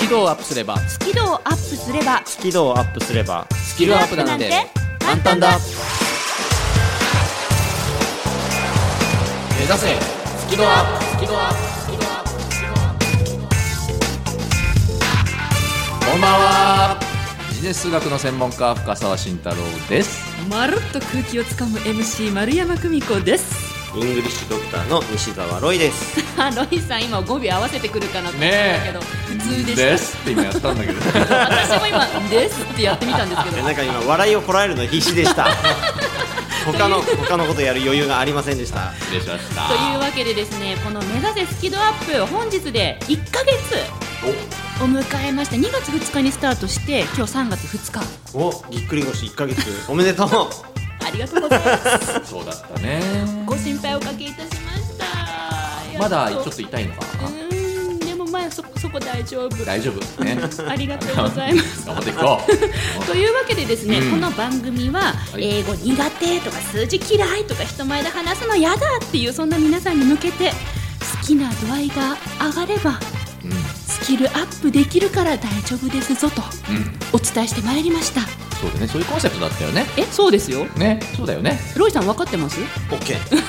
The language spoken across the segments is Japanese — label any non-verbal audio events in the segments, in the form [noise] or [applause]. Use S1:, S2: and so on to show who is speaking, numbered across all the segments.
S1: キ度をアップすれば
S2: スキルをアップすれば
S3: スキルをアップすれば
S1: スキルアップなんて簡単だ目指せスキルアップスキルアップスキルアップスキルアップこんばんはビジネス数学の専門家深澤慎太郎です
S4: まるっと空気をつかむ MC 丸山久美子です。
S3: イングリッシュドクターの西澤ロイ [laughs] です
S4: あロイさん今語尾合わせてくるかなと思った
S1: ねえ
S4: けど、普通でした。
S1: ですって今やったんだけど
S4: 私も今ですってやってみたんですけ
S1: [laughs]
S4: ど
S3: いや。なんか今笑いをこらえるの必死でした [laughs] 他の他のことやる余裕がありませんでした
S1: 失礼しました
S4: というわけでですね、この目指せスキドアップ本日で1ヶ月を迎えまして、2月2日にスタートして今日3月2日。
S3: おぎっくり腰1ヶ月おめでとう
S4: ありがとうございます。
S1: [laughs] お [laughs] そうだったね
S4: ご心配おかけいたしました。やっと
S1: まだちょっと。痛いのか
S4: う
S1: な
S4: ーんでもまあそそこ大丈夫。
S1: 大丈夫ね
S4: ありがとうございます。
S1: 頑張っていこう
S4: というわけでですね、
S1: うん
S4: この番組は、
S1: はい
S4: 英語苦手とか数字嫌いとか人前で話すの嫌だっていうそんな皆さんに向けて好きな度合いが上がれば
S1: うん
S4: スキルアップできるから大丈夫ですぞと
S1: うん
S4: お伝えしてまいりました
S1: そうだねそういうコンセプトだったよね
S4: えそうですよ
S1: ねそうだよね
S4: ロイさん分かってます
S3: オッケー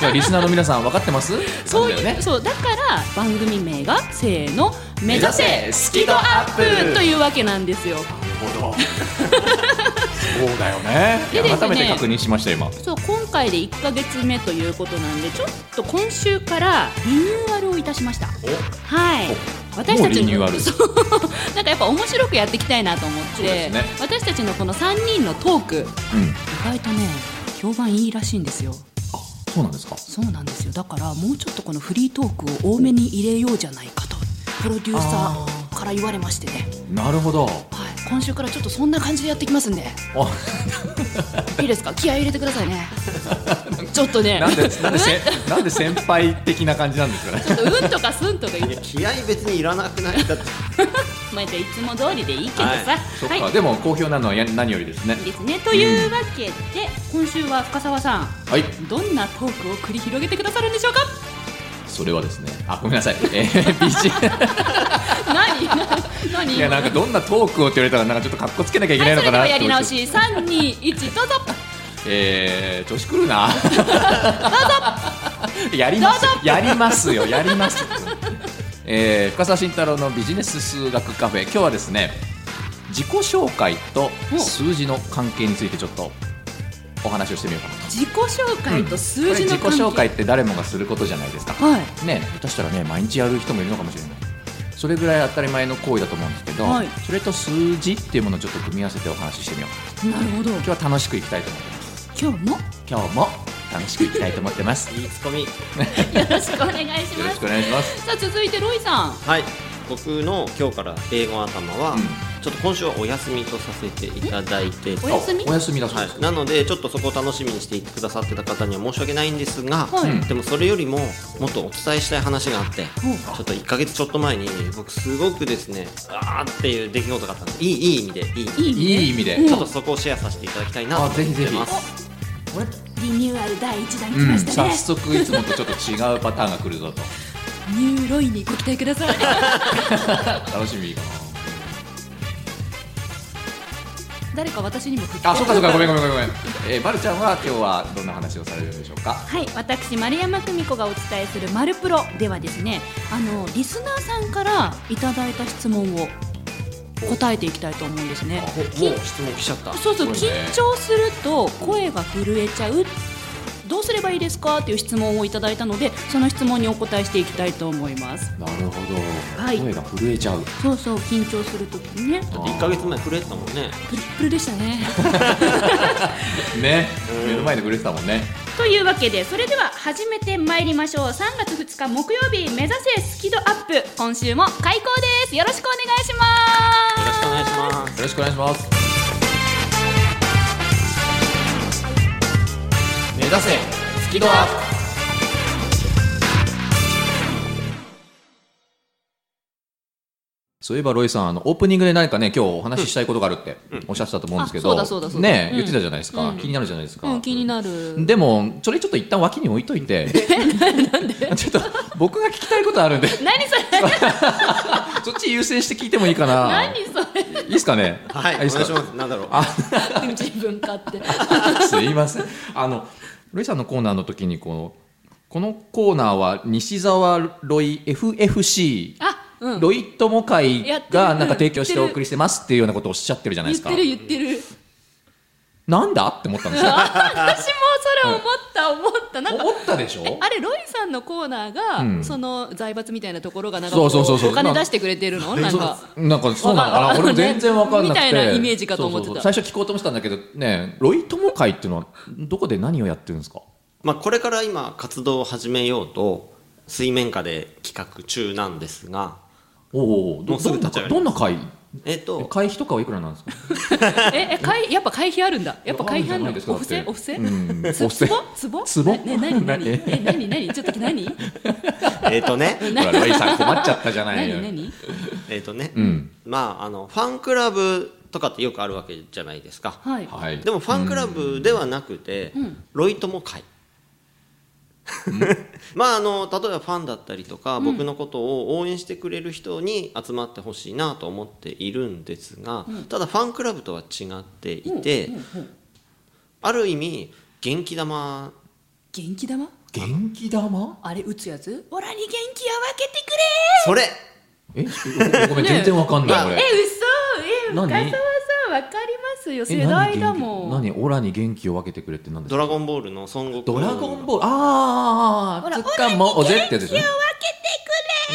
S1: じゃあリスナーの皆さん分かってます
S4: そうい
S1: な
S4: う、
S1: んだよね
S4: そうだから番組名がせーの目指
S1: 目指せ
S4: せ
S1: ス
S4: ス
S1: キ
S4: キ
S1: ル
S4: ル
S1: ア
S4: ア
S1: ッ
S4: ッ
S1: プ
S4: プというわけなんですよ
S1: そうだよね
S4: でですね
S1: 改めて確認しましたよ今
S4: そう今回で1ヶ月目ということなんでちょっと今週からリニューアルをいたしましたはい私
S1: もう
S4: たち
S1: リニュー
S4: の
S1: アル
S4: そう [laughs] なんかやっぱ面白くやっていきたいなと思っ
S1: そうで
S4: て、
S1: すね
S4: 私たちのこの3人のトーク意
S1: うん
S4: 外とね評判いいらしいんですよ
S1: あそうなんですか
S4: そうなんですよだからもうちょっとこのフリートークを多めに入れようじゃないかとプロデューサーから言われましてね、
S1: なるほ
S4: [laughs]
S1: ど
S4: はい、今週からちょっとそんな感じでやってきますんで
S1: あ
S4: いいですか気合い入れてくださいね [laughs] ちょっと
S1: [laughs]
S4: ね
S1: なんでなんでせなんで先輩的な感じなんです
S4: [laughs]
S1: かね
S4: ちょっとうんとかすんとか言っ
S3: い
S4: て
S3: や気合別にいらなくないだって
S4: まあじゃあいつも通りでいいけどさ、
S3: はい
S1: そっ
S4: は
S1: か
S4: い
S1: でも好評なのはや何よりですね
S4: ですねというわけで、今週は深澤さん
S1: はい
S4: どんなトークを繰り広げてくださるんでしょうか
S1: それはですねあごめんなさいえー
S4: [laughs]
S1: BG
S4: 何 [laughs] 何
S1: いやなんかどんなトークをって言われたらなんかちょっと格好つけなきゃいけないのかな
S4: は
S1: っ
S4: い、それでは
S1: て
S4: やり直し三二一どうぞ
S1: えー、調子くるな。やります
S4: ど。
S1: やりますよ。やります。えー、深澤慎太郎のビジネス数学カフェ。今日はですね、自己紹介と
S4: お
S1: 数字の関係についてちょっとお話をしてみようかなと。
S4: 自己紹介と数字の関
S1: これ
S4: 係、
S1: 自己紹介って誰もがすることじゃないですか。
S4: はい
S1: ね、下手したらね毎日やる人もいるのかもしれないそれぐらい当たり前の行為だと思うんですけど、
S4: はい
S1: それと数字っていうものをちょっと組み合わせてお話ししてみようかな
S4: なるほど
S1: 今日は楽しくいきたいと思います
S4: 今日もよ
S1: 今日も楽しくいきたいと思ってますよ
S3: いいツッコ
S4: ろ
S3: ミ
S4: しくお願いし
S1: ろ
S4: ま
S1: し
S4: す
S1: くお願いします
S4: さあ続いてロイさん
S3: はい僕の今日から英語頭は、
S1: うん
S3: ちょっと今週はお休みとさせていただいて
S4: お休み
S1: お休みだそう
S3: は
S1: です、
S3: い、なのでちょっとそこを楽しみにしてくださってた方には申し訳ないんですが、
S4: はい、
S1: うん
S3: でもそれよりももっとお伝えしたい話があって
S4: お
S3: ちょっと1ヶ月ちょっと前に僕すごくですねあーっていう出来事があったんですいいいい意味でいい
S4: いいね
S1: いい意味で、
S4: うん
S3: ちょっとそこをシェアさせていただきたいなと
S1: あ
S3: 思って
S1: ぜひぜひ
S3: ます
S1: これ
S4: リニューアル第一弾来
S1: うん
S4: ました
S1: 早
S4: ね、
S1: 速いつもとちょっと違うパターンが来るぞと
S4: ニューロイにご期待ください
S1: 楽しみか
S4: [laughs] 誰か私にも振って
S1: なあそうかそうかごめんごめんごめん、えー、まるちゃんは今日はどんな話をされるでしょうか
S4: はい、私丸山久美子がお伝えする「マルプロ」ではですねあのリスナーさんからいただいた質問を答えていきたいと思うんですね
S1: あ
S3: おもう質問来ちゃった
S4: そうそう、
S1: すごいね
S4: 緊張すると声が震えちゃうどうすればいいですかっていう質問をいただいたのでその質問にお答えしていきたいと思います
S1: なるほど、
S4: はい
S1: 声が震えちゃう
S4: そうそう緊張するときね
S3: だって1ヶ月前震えてたもんね
S4: プルップルでしたね
S1: ね
S3: うん
S1: 目の前で震えてたもんね
S4: というわけでそれでは始めてまいりましょう3月2日木曜日目指せスキドアップ今週も開講ですよろしくお願いします
S3: よろしくお願いしま
S1: よろしくお願
S3: す
S1: いします目指せスキドアッそういえばロイさんあのオープニングで何かね今日お話ししたいことがあるっておっしゃってたと思うんですけど、
S4: あそうだそうだそうだ
S1: ね
S4: うん
S1: 言ってたじゃないですか、気になるじゃないですか、
S4: うん、気になる。
S1: でもそれちょっと一旦脇に置いとい
S4: [laughs]
S1: てちょっと僕が聞きたいことあるんで
S4: 何それ
S1: そっち優先して聞いてもいいかな
S4: 何それ
S1: いいですかね
S3: はい、お
S1: あ
S3: 願
S1: い
S3: い
S1: い
S3: し
S1: ですか
S3: ます。なんだろう。
S4: 自分勝
S1: [laughs]
S4: 手。
S1: すいません。あの、ロイさんのコーナーの時に、この、このコーナーは西澤ロイ FFC、
S4: あ、うん。
S1: ロイ友会
S4: やってる
S1: がなんか提供して
S4: うん
S1: お送りしてますっていうようなことをおっしゃってるじゃないです
S4: 言っ
S1: か
S4: て。る言っ
S1: [laughs]
S4: てる。
S1: なんだって思ったん
S4: [laughs]
S1: ですよ。
S4: 私もそれ思った思った。なんか
S1: 思ったでしょ
S4: あれロイさんのコーナーが、
S1: うん
S4: その財閥みたいなところがなんか
S1: そうそうそうそう
S4: お金出してくれてるのなんか
S1: なんかそうなのか
S4: わかん
S1: な俺
S4: ない
S1: も全然わかんなくて
S4: みたいなイメージかと思ってた
S1: そうそうそう最初聞こうと思ってたんだけどねロイ友会っていうのはどこで何をやってるんですか
S3: まあ、これから今活動を始めようと水面下で企画中なんですが、
S1: おおど
S3: もうすぐ
S1: どんな
S3: 立ち上がります
S1: どんな会
S3: えっと、
S1: 会費とかはいくらなんですか
S4: ええ会やっぱ会費あるんだやっぱ会費ある
S1: あるんじゃないで
S4: んだ
S1: すか
S4: お布施
S1: だって
S4: お布施
S1: うんお布
S4: つ [laughs]
S1: 施
S4: ぼつぼ
S1: つぼ [laughs]
S4: ね何何
S1: え
S4: え何何ちょっ
S1: [laughs]
S4: と何
S3: えっとね、
S1: ほらロイさん困っちゃったじゃない
S4: 何何
S3: えっ
S1: [laughs]
S3: とね、
S1: ん
S3: まあ、あの、ファンクラブとかってよくあるわけじゃないですか。
S4: はい
S1: はい
S3: でもファンクラブではなくて、ロイ友会。 [laughs] まああの例えばファンだったりとか、僕のことを応援してくれる人に集まってほしいなと思っているんですが、ただファンクラブとは違っていて、ある意味元気玉
S4: 元気玉
S1: 元気玉
S4: あれ打つやつオラに元気を分けてく
S3: それ [laughs]
S1: えごめん
S4: ねえ
S1: 全然わかん
S4: れ
S1: ない
S4: え
S1: 俺
S4: え嘘え
S1: 何
S4: 深沢さんわかりますよ
S1: え
S4: 世代だ
S1: 何
S4: も
S1: 元
S4: ん
S1: 気何オラに元気を分けてくれって何です
S3: ド
S1: か
S3: ラゴンボールの孫悟空
S1: ドラゴンボールあ
S4: ほら
S1: ーつかもおぜってやつですね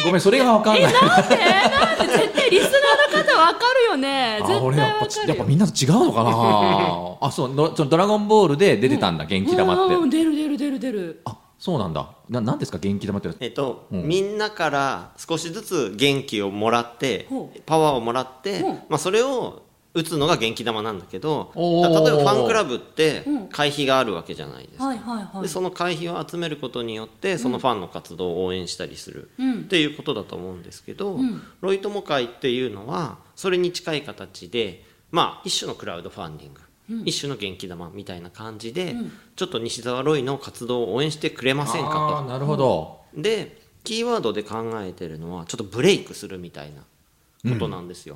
S1: ごめんそれがわかんない
S4: なんでなんで絶対リスナーの方わかるよ
S1: あ
S4: ね絶対
S1: 俺やっ
S4: わ
S1: ぱ
S4: かる
S1: や
S4: よ
S1: っぱみんなと違うのか
S4: [laughs]
S1: なあそうのそのドラゴンボールで出てたんだ元気玉
S4: うんう
S1: っ
S4: ん
S1: て
S4: 出る出る出る出る
S1: あそうなんだななんですか元気玉って
S3: えっと、
S1: うん
S3: みんなから少しずつ元気をもらって
S4: ほう
S3: パワーをもらって、
S4: ほう
S3: まあ、それを打つのが元気玉なんだけど
S1: お
S3: だ
S1: ー
S3: 例えばファンクラブって
S4: うん
S3: 会費があるわけじゃないですか、
S4: はいはいはい
S3: でその会費を集めることによってそのファンの活動を応援したりする、
S4: うん
S3: っていうことだと思うんですけど、
S4: ん
S3: ロイ友会っていうのはそれに近い形でまあ一種のクラウドファンディング、一種の元気玉みたいな感じで、ちょっと西澤ロイの活動を応援してくれませんかと
S1: あーなるほど
S3: でキーワードで考えてるのはちょっとブレイクするみたいなことなんですよ、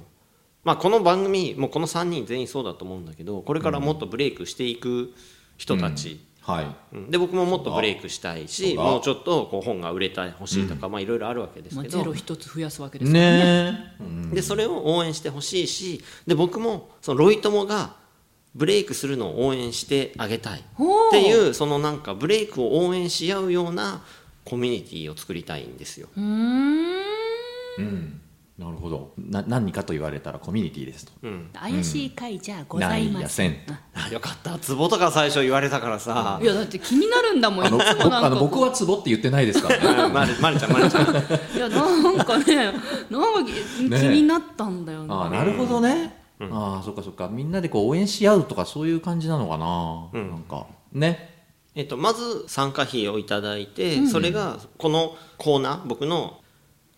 S3: まあこの番組もうこの3人全員そうだと思うんだけどこれからもっとブレイクしていく人たち、
S1: はい
S3: うんで僕ももっとブレイクしたいし
S1: そうだ
S3: もうちょっとこう本が売れてほしいとか、まあいろいろあるわけです
S4: まあ
S3: け
S4: ゼ
S3: ど、
S4: ロ一つ増やすわけですからね
S1: ねえうん
S3: でそれを応援してほしいしで僕もそのロイ友がブレイクするのを応援してあげたいっ
S4: ほう
S3: ていうそのなんかブレイクを応援し合うようなコミュニティを作りたいんですよ
S4: うーん
S1: うんなるほどな何かと言われたらコミュニティですと
S2: 怪しい会じゃござ
S1: ないい
S2: ま
S1: や
S2: せん
S1: せん
S3: あよかったツボとか最初言われたからさ
S4: いやだって気になるんだもんい
S1: あ
S4: つ
S1: の
S4: もなん
S1: 僕あ
S4: か
S1: の僕はツボって言ってないですから
S4: [laughs]
S1: ね
S3: あまるまるちゃんまるちゃん [laughs]
S4: いやなんかねなんか気
S1: ねえ
S4: になったんだよ
S1: ああ
S4: ね
S1: なるほどね、ああそっかそっかみんなでこう応援し合うとかそういう感じなのかな、なんかね
S3: えっとまず参加費をいただいて、それがこのコーナー僕の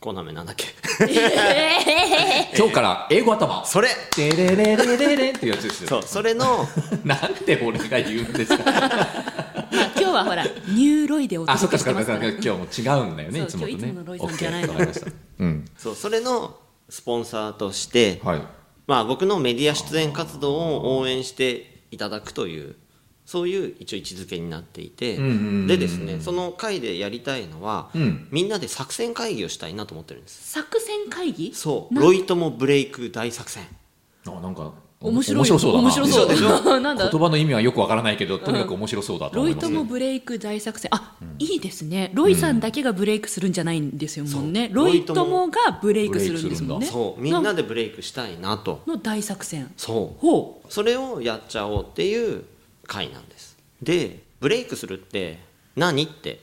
S3: コーナー名なんだっけ [laughs]
S1: 今日から英語頭
S3: それ
S1: テレレレレレっていうやつですよ
S3: そうそれの
S1: [laughs] なんで俺が言うんですか
S4: [laughs] まあ今日はほらニューロイでお
S1: [laughs] あそっ
S4: 届
S1: か
S4: け
S1: そ
S4: し
S1: っか
S4: て
S1: そ
S4: ま
S1: っ
S4: す
S1: か
S4: から
S1: 違うんだよね
S4: そ
S1: いうつもとね
S4: 今日いつものロイさんじゃない
S1: OK わかりましたうん
S3: そうそれのスポンサーとして、
S1: はい
S3: まあ、僕のメディア出演活動を応援していただくというそういう一応位置づけになっていて、
S1: んうんうんうん
S3: でですねその会でやりたいのは、
S1: うん
S3: みんなで作戦会議をしたいなと思ってるんです
S4: 作戦会議
S3: そう
S4: な
S3: ロイ友ブレイク大作戦
S1: あなんか
S4: 面白い
S1: 面白そうだな
S4: 面白そう
S3: でしょでし
S4: [laughs] なん
S1: [laughs]
S4: だ
S1: 言葉の意味はよくわからないけどとにかく面白そうだと
S4: ロ
S1: 思い
S4: イ
S1: ます、
S4: ともブレイク大作戦あ、いいですねロイさんだけがブレイクするんじゃないんですよもんね
S3: そう
S4: ロイともがブレイクするんですもん
S1: ブレイ
S4: ね
S1: クするんだ
S3: そうみんなでブレイクしたいなと
S4: の大作戦
S3: そう
S4: ほ
S3: それをやっちゃおうっていう会なんですでブレイクするって何って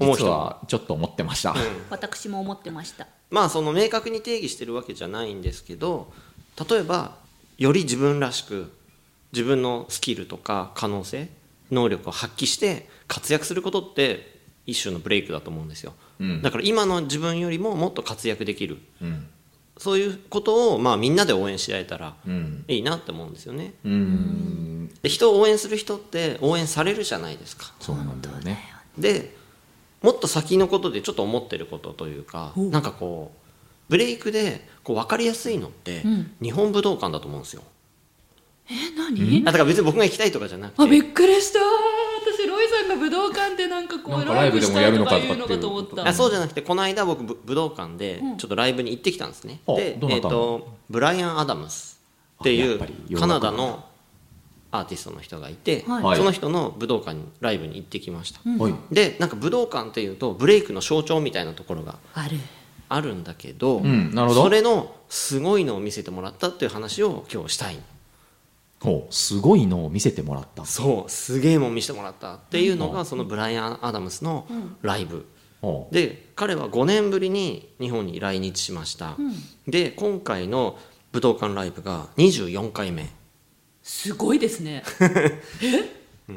S3: 思う
S1: 実
S3: 人は
S1: はちょっと思ってました、
S3: ん
S4: う私も思ってました
S3: まあその明確に定義してるわけじゃないんですけど例えばより自分らしく自分のスキルとか可能性能力を発揮して活躍することって一種のブレイクだと思うんですよ、
S1: うん
S3: だから今の自分よりももっと活躍できる
S1: うん
S3: そういうことを、まあ、みんなで応援し合えたら
S1: うん
S3: いいなって思うんですよね
S1: うん
S3: で人を応援する人って応援されるじゃないですか
S1: そうなんだよね
S3: でもっと先のことでちょっと思ってることというかなんかこうブレイクでこう分かりやすいのって、
S4: うん
S3: 日本武道館だと思うんですよ
S4: え何、
S3: あだから別に僕が行きたいとかじゃなくて
S4: あびっくりした私ロイさんが武道館でなんかこ
S1: なん
S4: う
S1: か
S4: ライブ
S1: ライブで
S4: し
S1: も
S4: た
S1: や
S4: い
S1: る
S4: と
S1: のか
S4: か
S1: とかっていう
S4: いうのかと思った
S3: あそうじゃなくてこの間僕ぶ武道館でちょっとライブに行ってきたんですね、
S1: あ
S3: で
S1: どなた
S3: えー、とブライアン・アダムスって
S1: あ
S3: い
S1: や
S3: う
S1: っぱり洋楽
S3: カナダのアーティストの人がいて、
S4: はい
S1: はい
S3: その人の武道館にライブに行ってきました、
S1: はい
S3: でなんか武道館っていうとブレイクの象徴みたいなところが
S4: ある
S3: あるんだけど,、
S1: うんなるほど
S3: それのすごいのを見せてもらったっていう話を今日したい
S1: ほうすごいのを見せてもらった
S3: そうすげえもん見せてもらったっていうのがそのブライアン・アダムスのライブ、
S1: ほう
S3: で彼は5年ぶりに日本に来日しました、で今回の武道館ライブが24回目
S4: すごいですね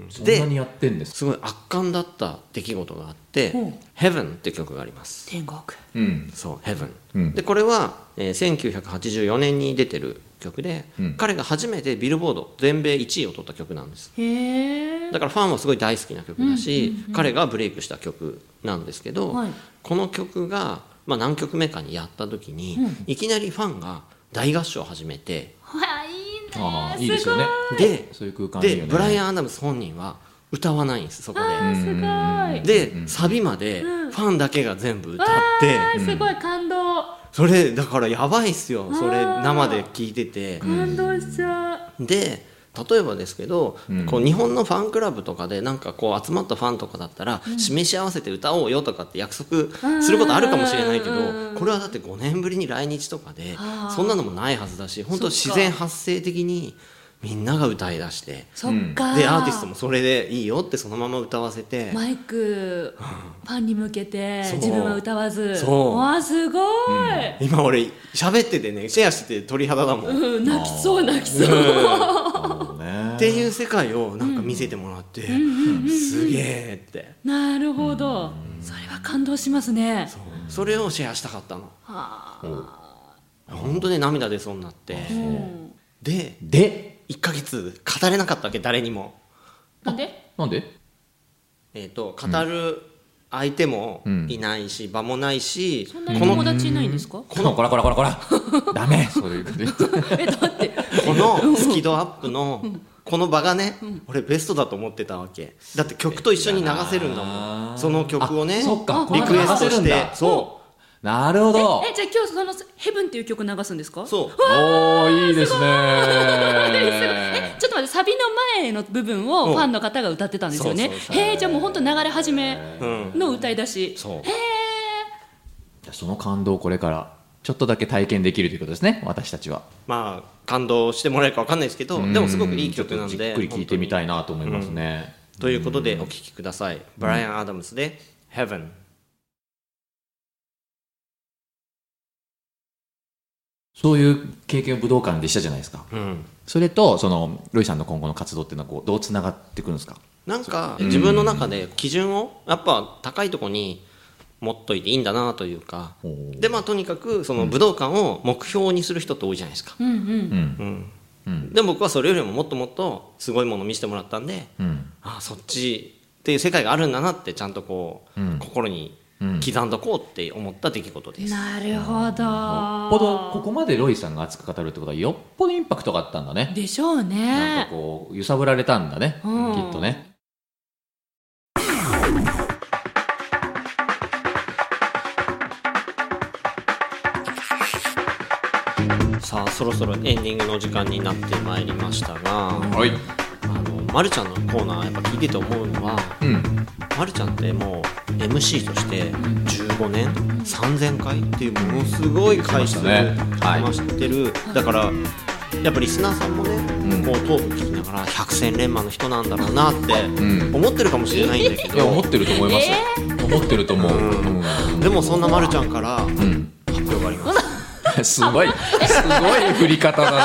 S1: そんなにやってんです
S3: すごい圧巻だった出来事があって
S4: うん
S3: 「Heaven」って曲があります
S4: 天国
S1: うん
S3: そう「Heaven」
S1: うん
S3: でこれは、えー1984年に出てる曲で、
S1: うん
S3: 彼が初めてビルボード全米1位を取った曲なんです
S4: へえ
S3: だからファンはすごい大好きな曲だし、彼がブレイクした曲なんですけど、
S4: はい
S3: この曲が、まあ、何曲目かにやった時に、いきなりファンが大合唱を始めて
S4: はいいね
S1: ああいいですよね
S3: で
S1: そういう空間いい
S3: で
S1: よね
S3: ブライアン・アダムス本人は歌わないんですそこ
S4: あーすごい
S3: で。で、サビまでファンだけが全部歌って、
S4: あーすごい感動、
S3: それだからやばいっすよそれ
S4: あー
S3: 生で聞いてて。
S4: 感動しちゃ
S3: で例えばですけど、
S1: うん
S3: こう日本のファンクラブとかでなんかこう集まったファンとかだったら、示し合わせて歌おうよとかって約束することあるかもしれないけど
S4: うん
S3: これはだって5年ぶりに来日とかで
S4: あー
S3: そんなのもないはずだし本
S4: そっ
S3: 当
S4: か
S3: 自然発生的にみんなが歌いだして
S4: そっか、
S3: でアーティストもそれでいいよってそのまま歌わせて
S4: マイクファンに向けて
S3: そう
S4: 自分は歌わず
S3: そう
S4: わあすごい、
S3: 今俺喋っててねシェアしてて鳥肌だもん。
S4: うん泣きそう泣きそ
S1: な
S4: う、
S1: るほどね
S3: っていう世界をなんか見せてもらって、すげえって
S4: なるほど、それは感動しますね
S3: そうそれをシェアしたかったの
S4: はあ、
S1: ほう
S3: 本当に涙出そうになって
S4: うん、
S3: で
S1: で
S3: 1ヶ月語れなかったわけ誰にも、
S4: なんで
S1: なんで
S3: えー、と語る相手も
S1: うん
S3: いないし、場もないし、
S4: そんなに
S3: この
S4: 友達いないんですか
S1: このこらこらこらこら
S3: [laughs]
S1: ダメそういうこと言って
S4: えだって
S3: このスキドアップのこの場がね、俺ベストだと思ってたわけだって曲と一緒に流せるんだもんその曲をね
S1: あそっか
S3: リクエスト
S1: こ
S3: し
S1: んなの流せるん
S3: て
S1: だ
S3: そ
S1: なるほど
S4: えじゃあ今日その「ヘブンっていう曲流すんですか
S3: うそう
S1: おおいいです
S4: [laughs] え
S1: ね
S4: ちょっと待ってサビの前の部分をファンの方が歌ってたんですよね
S3: そうそう
S4: へえじゃあもう本当流れ始め
S3: うん
S4: の歌い出し
S3: そう
S4: へえ
S1: じゃあその感動をこれからちょっとだけ体験できるということですね私たちは
S3: まあ感動してもらえるかわかんないですけどでもすごくいい曲なん
S1: ち
S3: で
S1: ょっとじっくり聞いてみた
S3: い
S1: いなと思いますね、
S3: ということでお聴きくださいブライアン・アダムスで「Heaven」
S1: そういう経験を武道館でしたじゃないですか
S3: うん
S1: それとそのロイさんの今後の活動っていうのはこうどうつながってくるんですか
S3: なんか自分の中で基準をやっぱ高いとこに持っといていいんだなというか
S1: おー
S3: でまあとにかくその武道館を目標にする人って多いじゃないですか、
S4: うんう
S1: う
S4: ん
S1: ん
S3: うん
S1: うん
S3: で僕はそれよりももっともっとすごいものを見せてもらったんで
S1: うん
S3: あそっちっていう世界があるんだなってちゃんとこう、
S1: うん
S3: 心に
S1: うん
S3: 刻んどこうって思った出来事です、
S4: なるほど
S1: よっぽどここまでロイさんが熱く語るってことはよっぽどインパクトがあったんだね
S4: でしょう
S1: なん
S4: ね
S1: かこう揺さぶられたんだね、
S4: うん
S1: きっとね
S3: さあそろそろエンディングの時間になってまいりましたが、
S1: はい
S3: あのまるちゃんのコーナーやっぱ聞いてて思うのは
S1: うん
S3: まるちゃんってもう MC として15年3000回っていうものすごい回数を
S1: 言ってましたね
S3: 回してる、だからやっぱリスナーさんもね、
S1: ん
S3: こうトーク聞きながら百戦錬磨の人なんだろうなって
S1: ん
S3: 思ってるかもしれないんだけ
S1: いや
S3: ど、
S1: 思ってると思いますよ、思ってると思う、うん
S3: でもそんなまるちゃんから
S1: うん
S3: 発表がありま
S1: [laughs]
S3: す、
S1: すごいすごい振り方だな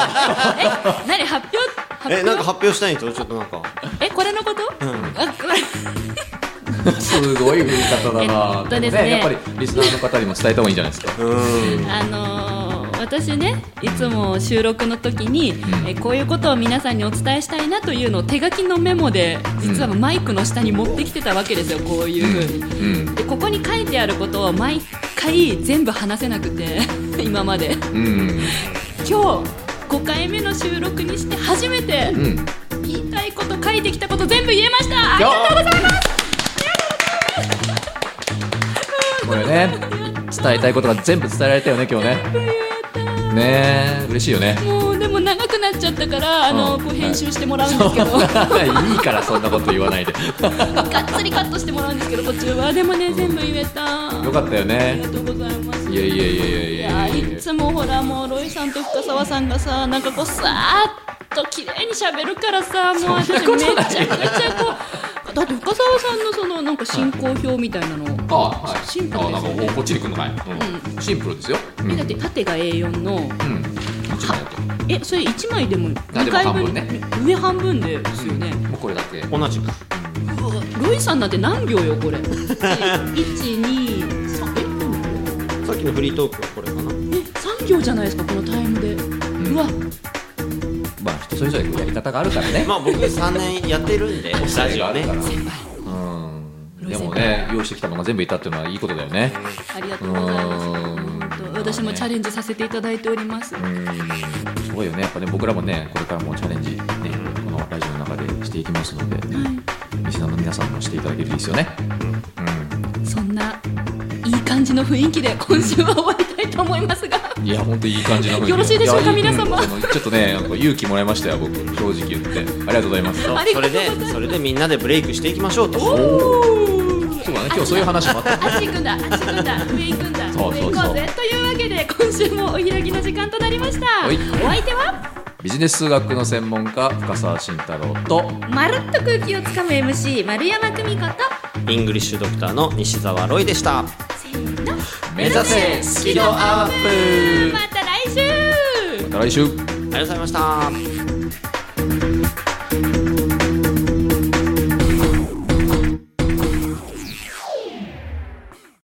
S4: [laughs] 何発表発
S3: え
S4: 表
S3: なんか発表したいんですよちょっとなんか
S4: えこれのことあこれ
S1: [laughs] すごい振り方だな
S4: えっとですね
S1: やっぱりリスナーの方にも伝えた方がいいんじゃないですか
S3: うん
S4: あのー私ねいつも収録の時に、えこういうことを皆さんにお伝えしたいなというのを手書きのメモで実はマイクの下に持ってきてたわけですよこういうふうに。
S1: うん
S4: でここに書いてあることを毎回全部話せなくて [laughs] 今まで
S1: うん
S4: 今日5回目の収録にして初めて
S1: うん
S4: 言いたいこと書いてきたこと全部言えましたあり
S1: よ
S4: がとうございます
S1: これね伝えたいことが全部伝えられたよね今日ねねえ嬉しいよね
S4: もうでも長くなっちゃったからあの、
S1: うん
S4: こう編集してもらうんですけ
S1: [laughs]
S4: ど
S1: いいからそんなこと言わないで
S4: がっつりカットしてもらうんですけど途中はでもね全部言えた
S1: よかったよ
S4: あり
S1: ね
S4: がとうございます
S1: いやいやいやいやいや
S4: いや
S1: いやい
S4: い
S1: や
S4: つもほらもうロイさんと深澤さんがさなんかこうさーっと綺麗に喋るからさもう私めちゃくちゃこうだって深澤さんのそのなんか進行表みたいなの、
S1: あはい
S4: シンプルですよね
S1: あなんかこっちに来るのかい、うんシンプルですよ、うん
S4: えだって縦が A4 の
S1: うん一枚だとも
S4: えそれ1枚でも
S1: あ
S4: 2
S1: でも
S4: 回
S1: 半
S4: 分
S1: 分ね
S4: 上半分ですよね、
S1: うこれだけ
S3: 同じく
S4: うわロイさんなんて何秒よ
S1: [laughs]
S4: これ123
S3: さっきのフリートークはこれかな
S4: え3秒じゃないですかこのタイムで、うわ
S1: まあ人それぞれやり方があるからね
S3: まあ僕3年やってるんでラジオね
S4: 先輩
S1: うんでもね用意してきたものが全部いたっていうのはいいことだよね
S4: ありがとうございます
S1: うーん
S4: 本当私もチャレンジさせていただいております
S1: うんすごいよねやっぱね僕らもねこれからもチャレンジねこのラジオの中でしていきますので、リスナーの皆さんもしていただけるといいですよね、
S4: そんないい感じの雰囲気で今週は終わりたいと思いますが
S1: うん、いや本当いい感じなの
S4: よろしいでしょうか
S1: や
S4: 皆様
S1: うんあのちょっとねなんか勇気もらいましたよ僕正直言ってありがとうございます
S3: そう
S4: ありがと
S3: それ
S4: うござい
S3: でそれでみんなでブレイクしていきましょうと
S1: そうだね今日そういう話もあった
S4: あっち行くんだあっち行くんだ上行くんだ
S1: [laughs] そうそうそう
S4: 上行こうぜというわけで今週もお開きの時間となりました
S1: はい
S4: お相手は
S1: ビジネス数学の専門家深澤慎太郎と
S4: まるっと空気をつかむ MC 丸山久美子と
S3: イングリッシュドクターの西澤ロイでした
S4: せーの
S1: 目指せスキドアップ
S4: また来週
S1: また来週
S3: ありがとうございました